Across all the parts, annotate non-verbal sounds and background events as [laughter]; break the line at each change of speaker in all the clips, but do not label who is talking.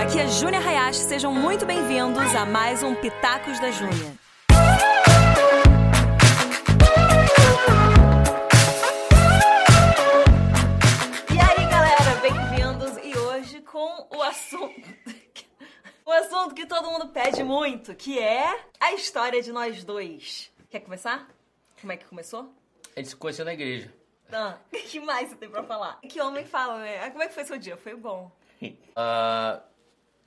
Aqui é Júnia Hayashi, sejam muito bem-vindos a mais um Pitacos da Júnia. E aí, galera, bem-vindos e hoje com o assunto. [laughs] o assunto que todo mundo pede muito, que é a história de nós dois. Quer começar? Como é que começou?
A gente se conheceu na igreja.
Dan, [laughs] o que mais você tem pra falar? Que homem fala, né? Ah, Como é que foi seu dia? Foi bom.
Ah,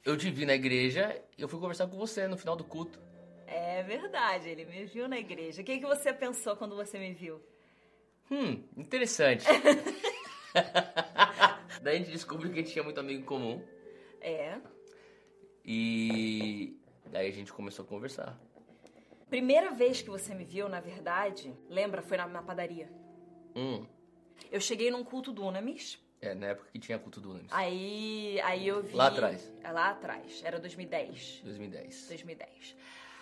eu te vi na igreja e eu fui conversar com você no final do culto.
É verdade, ele me viu na igreja. O que, que você pensou quando você me viu?
Hum, interessante. [laughs] Daí a gente descobriu que a gente tinha muito amigo em comum.
É.
E daí a gente começou a conversar.
Primeira vez que você me viu, na verdade, lembra? Foi na, na padaria.
Hum,
Eu cheguei num culto do Unamis.
é, na época que tinha culto do Unamis.
Aí, aí eu vi.
Lá atrás.
É, Lá atrás. Era 2010.
2010.
2010.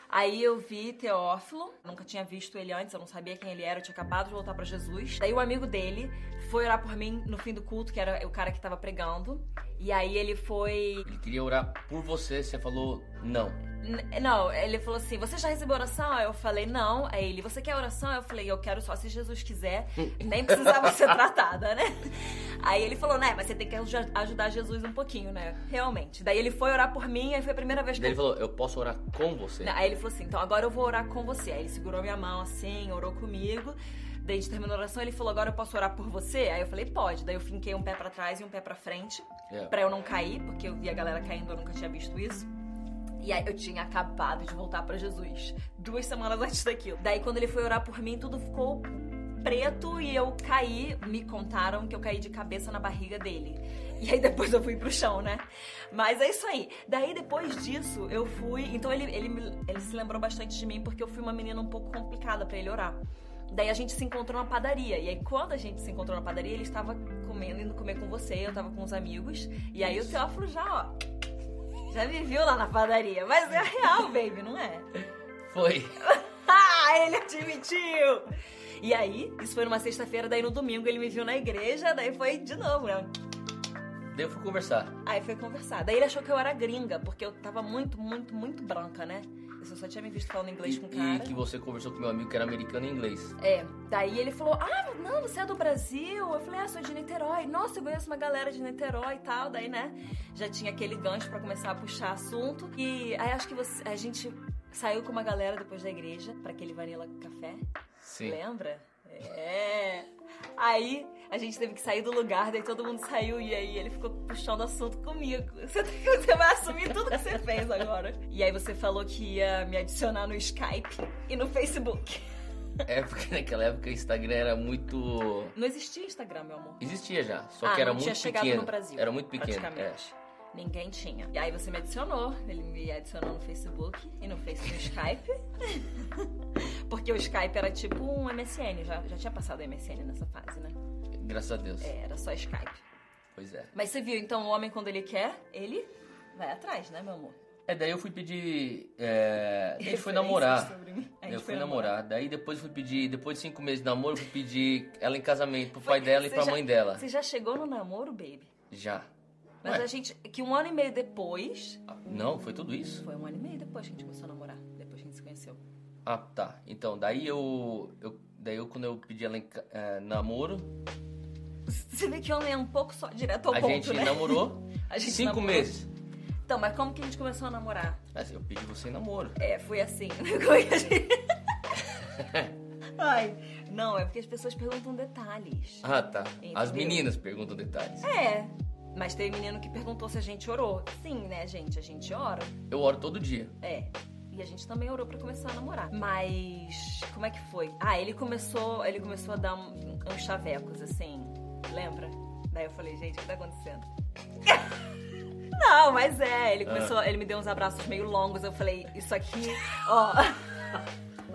Aí eu vi Teófilo, nunca tinha visto ele antes, eu não sabia quem ele era, eu tinha acabado de voltar pra Jesus. Daí o amigo dele foi orar por mim no fim do culto, que era o cara que tava pregando. E aí ele foi.
Ele queria orar por você, você falou não.
N- Não, ele falou assim: Você já recebeu oração? Aí eu falei: Não. Aí ele: Você quer oração? Eu falei: Eu quero só se Jesus quiser. Nem precisava ser tratada, né? Aí ele falou: Né, mas você tem que aju- ajudar Jesus um pouquinho, né? Realmente. Daí ele foi orar por mim, aí foi a primeira vez que
Daí
eu
ele falou, eu posso orar com você.
não, Aí ele falou assim: então agora eu vou orar com você. Aí ele segurou minha mão assim, orou comigo. Daí a gente terminou a oração, ele falou: agora eu posso orar por você? Aí eu falei: pode. Daí eu finquei um pé pra trás e um pé pra frente,
É.
pra eu não cair, porque eu vi a galera caindo, eu nunca tinha visto isso. E aí eu tinha acabado de voltar pra Jesus, duas semanas [laughs] antes daquilo. Daí quando ele foi orar por mim, tudo ficou preto e eu caí. Me contaram que eu caí de cabeça na barriga dele. E aí depois eu fui pro chão, né? Mas é isso aí. Daí depois disso eu fui. Então ele, ele, me- ele se lembrou bastante de mim porque eu fui uma menina um pouco complicada pra ele orar. Daí a gente se encontrou na padaria. E aí, quando a gente se encontrou na padaria, ele estava comendo, indo comer com você, eu tava com os amigos. E aí o Teófilo já, ó. Já me viu lá na padaria. Mas é real, baby, não
[laughs]
é?
Foi.
Ah, ele admitiu! E aí, isso foi numa sexta-feira, daí no domingo ele me viu na igreja, daí foi de novo, né?
Daí eu fui conversar.
Aí foi conversar. Daí ele achou que eu era gringa, porque eu tava muito, muito, muito branca, né? Eu só tinha me visto falando inglês
E,
com o
e
cara.
que você conversou com meu amigo que era americano em inglês.
É, daí ele falou: Ah, não, você é do Brasil? Eu falei: Ah, sou de Niterói. Nossa, eu conheço uma galera de Niterói e tal. Daí, né, já tinha aquele gancho pra começar a puxar assunto. E aí acho que você- a gente saiu com uma galera depois da igreja, pra aquele Vanilla Café.
Sim.
Lembra? É. Aí a gente teve que sair do lugar, daí todo mundo saiu e aí ele ficou puxando assunto comigo. [laughs] Você, tem que- você vai assumir tudo que você fez agora. E aí você falou que ia me adicionar no Skype e no Facebook.
É porque naquela época [laughs] o Instagram era muito.
Não existia Instagram, meu amor.
Existia já, só
ah,
que era
não
muito
tinha chegado
pequeno.
no Brasil.
era muito pequeno. É.
Praticamente. Ninguém tinha. E aí você me adicionou. Ele me adicionou no Facebook e no Facebook no Skype. [laughs] Porque o Skype era tipo um MSN, já, já tinha passado o MSN nessa fase, né?
Graças a Deus.
É, era só Skype.
Pois é.
Mas você viu, então o homem quando ele quer, ele vai atrás, né, meu amor?
É, daí eu fui pedir. É... Daí a gente
[laughs] Referências
foi namorar.
sobre mim. A
Daí
gente
Eu
foi
fui namorar. Daí depois fui pedir, depois de cinco meses de namoro, eu fui pedir ela em casamento pro pai
Foi-
dela e
você
pra
já-
mãe dela.
Você já chegou no namoro, baby?
Já.
Mas
Ué.
a gente. Que um ano e meio depois. ah,
Não, foi tudo isso?
Foi um ano e meio depois que a gente começou a namorar. Depois que a gente se conheceu. [laughs]
Ah, tá. Então, daí eu. eu- daí eu, quando eu pedi ela em ca- é, namoro,
Você vê que homem é um pouco só direto ao
a
ponto,
gente
né?
namorou
[laughs] A gente
cinco
namorou.
meses.
Então, mas como que a gente começou a namorar?
Mas eu pedi você em namoro.
É, foi assim. [laughs] Como é que a gente- Ai. Não, é porque as pessoas perguntam detalhes.
Ah, tá. As
Entendeu?
meninas perguntam detalhes.
É. Mas tem menino que perguntou se a gente orou. Sim, né, gente? A gente ora.
Eu oro todo dia.
É. E a gente também orou pra começar a namorar. Mas como é que foi? Ah, ele começou, ele começou a dar um- uns chavecos assim. Lembra? Daí eu falei, gente, o que tá acontecendo? [laughs] Não, mas é,
Ah.
ele começou, ele me deu uns abraços meio longos, eu falei, isso aqui, ó. [laughs]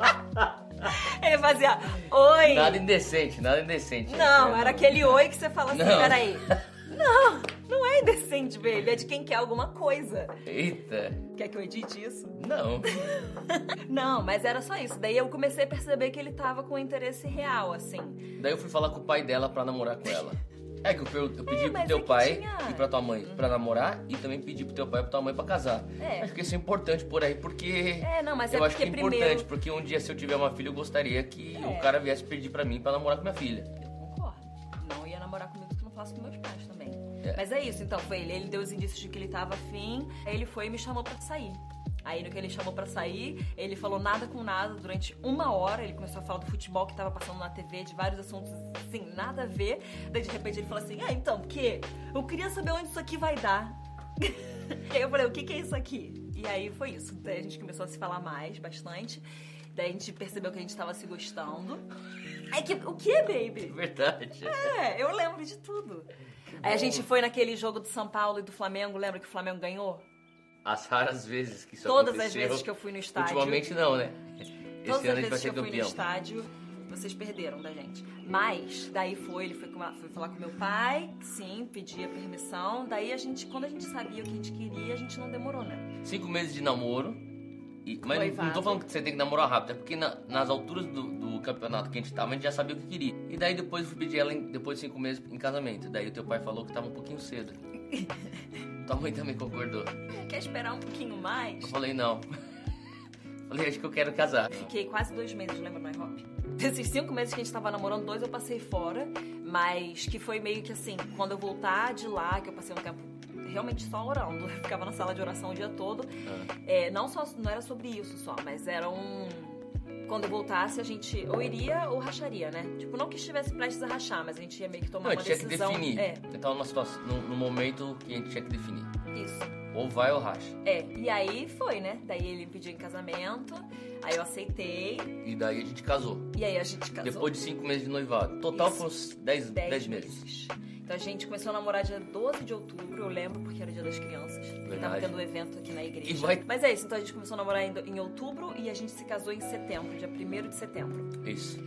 ele fazia, oi.
Nada indecente, nada indecente.
Não,
É,
era aquele oi que você fala assim,
Não.
peraí. Não, não é indecente, baby. É de quem quer alguma coisa.
Eita.
Quer que eu edite isso?
Não.
Não, mas era só isso. Daí eu comecei a perceber que ele tava com interesse real, assim.
Daí eu fui falar com o pai dela pra namorar com ela. É que eu, eu pedi
É,
pro
mas é
teu
que
pai
tinha-
e pra tua mãe pra namorar e também pedi pro teu pai e pra tua mãe pra casar.
É.
Acho que isso é importante por aí, porque.
É, não, mas
eu
é
acho que é
porque
importante,
primeiro-
porque um dia se eu tiver uma filha, eu gostaria que
É.
o cara viesse pedir pra mim pra namorar com minha filha.
Eu concordo. Não ia namorar comigo que eu não faço com meus pais também.
É.
Mas é isso, então foi ele. Ele deu os indícios de que ele tava afim, aí ele foi e me chamou pra sair. Aí no que ele chamou pra sair, ele falou nada com nada durante uma hora. Ele começou a falar do futebol que tava passando na TV, de vários assuntos, assim, nada a ver. Daí de repente ele falou assim: Ah, então, porque eu queria saber onde isso aqui vai dar. [laughs] E aí eu falei, o que, que é isso aqui? E aí foi isso. Daí a gente começou a se falar mais, bastante. Daí a gente percebeu que a gente tava se gostando. É que, o que, baby?
Verdade.
É, eu lembro de tudo. Aí a gente foi naquele jogo do São Paulo e do Flamengo, lembra que o Flamengo ganhou?
As raras vezes que isso
Todas as
aconteceu.
vezes que eu fui no estádio.
Ultimamente não, né?
Todas
Esse ano a
as
gente vai
vezes que
ser
eu fui no
campeão.
estádio, vocês perderam da gente. Mas, daí foi, ele foi, com a- foi falar com meu pai, sim, pedia permissão. Daí a gente, quando a gente sabia o que a gente queria, a gente não demorou, né?
Cinco meses de namoro. E, mas não- não
Noivado.
tô falando que você tem que namorar rápido, é porque na- nas alturas do, do campeonato que a gente tava, a gente já sabia o que queria. E daí depois eu fui pedir ela, em- depois de cinco meses, em casamento. Daí o teu pai falou que tava um
[laughs]
pouquinho cedo. Tua mãe também concordou.
Quer esperar um pouquinho mais?
Eu falei, não. [laughs] falei, acho que eu quero casar.
Fiquei quase dois meses, lembra, no IHOP? Desses cinco meses que a gente tava namorando, dois eu passei fora, mas que foi meio que assim, quando eu voltar de lá, que eu passei um tempo realmente só orando, [laughs] eu ficava na sala de oração o dia todo. É, não só não era sobre isso só, mas era um. Quando eu voltasse, a gente ou iria ou racharia, né? Tipo, não que estivesse prestes a rachar, mas a gente ia meio que tomar
Não, a
uma
gente tinha que
decisão.
definir.
É,
Então, numa situação, num, num momento que a gente tinha que definir.
isso.
Ou vai ou racha.
É. E aí foi, né? Daí ele me pediu em casamento, aí eu aceitei,
E daí a gente casou.
e aí a gente casou.
Depois de cinco meses de noivado. Total
Isso.
foi uns dez,
Dez
dez meses.
Então a gente começou a namorar dia 12 de outubro, eu lembro, porque era o dia das crianças. E tava
Verdade.
tendo um evento aqui na igreja.
E vai-
Mas é isso, então a gente começou a namorar em, em outubro e a gente se casou em setembro, dia 1 de setembro.
Isso.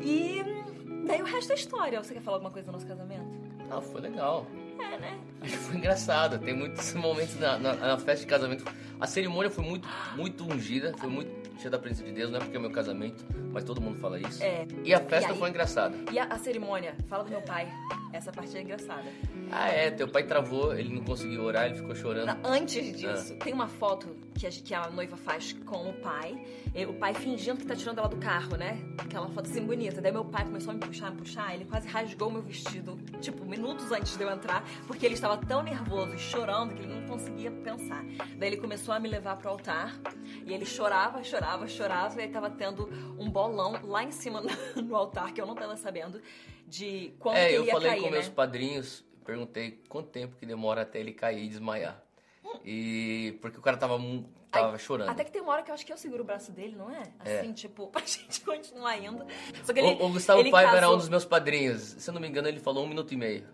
E hum, daí o resto é história. Você quer falar alguma coisa do nosso casamento?
Ah, foi legal.
É, né?
Acho que [laughs] foi engraçado. Tem muitos [laughs] momentos na, na- na festa de casamento. A cerimônia foi muito, muito ungida, foi muito cheia da presença de Deus, não é porque é meu casamento, mas todo mundo fala isso.
É.
E a festa
E aí?
foi engraçada.
E a, a cerimônia? Fala do meu pai. Essa parte é engraçada.
Ah, é, teu pai travou, ele não conseguiu orar, ele ficou chorando.
Na-
É.
Antes disso, tem uma foto que a, gente- que a noiva faz com o pai. E o pai fingindo que tá tirando ela do carro, né? Aquela foto assim bonita. Daí meu pai começou a me puxar, me puxar. Ele quase rasgou meu vestido, tipo, minutos antes de eu entrar. Porque ele estava tão nervoso e chorando que ele não conseguia pensar. Daí ele começou a me levar pro altar. E ele chorava, chorava, chorava. E aí tava tendo um bolão lá em cima [laughs] no, no altar, que eu não tava sabendo, de quando
é,
que
eu
ele ia
falei
cair,
com
né?
meus padrinhos, perguntei quanto tempo que demora até ele cair e desmaiar. E porque o cara tava, mu- tava chorando.
Até que tem uma hora que eu acho que eu seguro o braço dele, não é?
É.
Assim, tipo, [laughs] pra gente continuar indo. Só que ele,
O, o Gustavo
ele
Paiva
casou,
era um dos meus padrinhos. Se eu não me engano, ele falou um minuto e meio.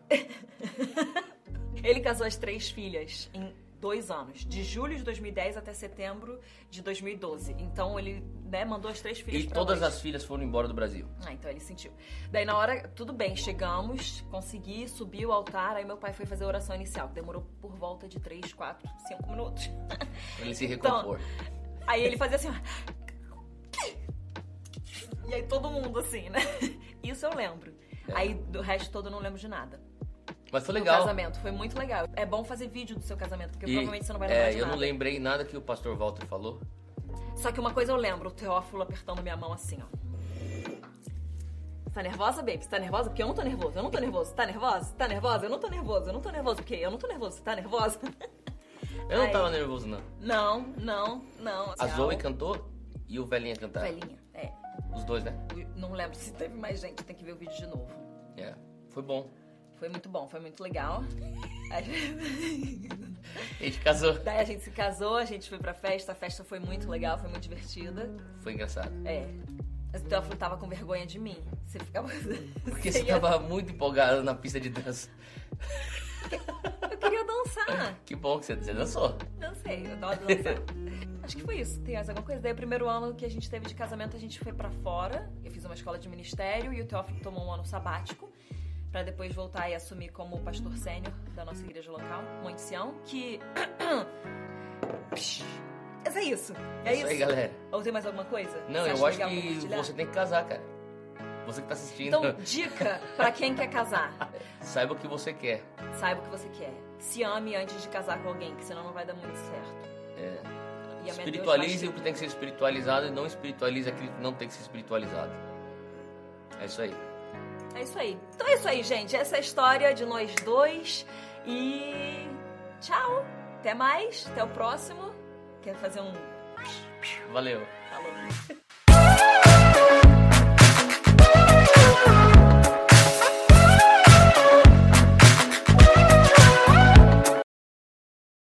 Ele casou as três filhas em dois anos. De julho de 2010 até setembro de 2012. Então ele, né, mandou as três filhas
E
pra
todas
nós.
as filhas foram embora do Brasil.
Ah, então ele sentiu. Daí na hora, tudo bem, chegamos, consegui, subi o altar, aí meu pai foi fazer a oração inicial, que demorou por volta de três, quatro, cinco minutos.
Pra ele se
Então,
recompor.
Aí ele fazia assim, ó. E aí todo mundo assim, né? Isso eu lembro.
É.
Aí do resto todo eu não lembro de nada.
Mas foi
Do
legal.
casamento, foi muito legal. É bom fazer vídeo do seu casamento, porque
E-
provavelmente você não vai lembrar
é,
de
eu
nada.
não lembrei nada que o pastor Walter falou.
Só que uma coisa eu lembro, o Teófilo apertando minha mão assim, ó. Tá nervosa, baby? Você tá nervosa? Porque eu não tô nervoso, eu não tô nervoso. Tá nervosa? Tá nervosa? Eu não tô nervoso, eu não tô nervoso. Porque eu não tô nervoso, você tá nervosa? [laughs]
Eu não
Ai.
tava nervoso, não.
Não, não, não.
A
Tchau.
Zoe cantou e o Velhinha cantaram.
Velhinha, é.
Os dois, né?
Não lembro se teve mais gente, tem que ver o vídeo de novo.
É. Foi bom.
Foi muito bom, foi muito legal. A gente-
A gente casou.
Daí a gente se casou, a gente foi pra festa, a festa foi muito legal, foi muito divertida.
Foi engraçado.
É. Mas o Teófilo tava com vergonha de mim. Você ficava. [laughs]
Porque
Você
você
ia-
tava muito empolgado na pista de dança.
Eu queria dançar.
Que bom que você, você dançou.
Dancei, eu adoro dançar. [laughs] Acho que foi isso. Tem mais alguma coisa? Daí o primeiro ano que a gente teve de casamento, a gente foi pra fora. Eu fiz uma escola de ministério e o Teófilo tomou um ano sabático. Pra depois voltar e assumir como pastor sênior da nossa igreja local, Monte Sião, que. [coughs] Psh, Mas é isso. É isso.
aí, galera.
Ou tem mais alguma coisa?
Não,
Você
eu
acha
acho
legal
que
compartilhar?
você tem que casar, cara. Você que tá assistindo,
Então, dica pra quem quer casar.
saiba o que você quer.
Saiba o que você quer. Se ame antes de casar com alguém, que senão não vai dar muito certo. E a minha Deus
É. Espiritualize
faz
o que tem que ser espiritualizado e não espiritualize aquilo que não tem que ser espiritualizado. É isso aí.
tudo. É isso aí. Então é isso aí, gente. Essa é a história de nós dois. E tchau. Até mais. Até o próximo. Quer fazer um...
Valeu.
Falou.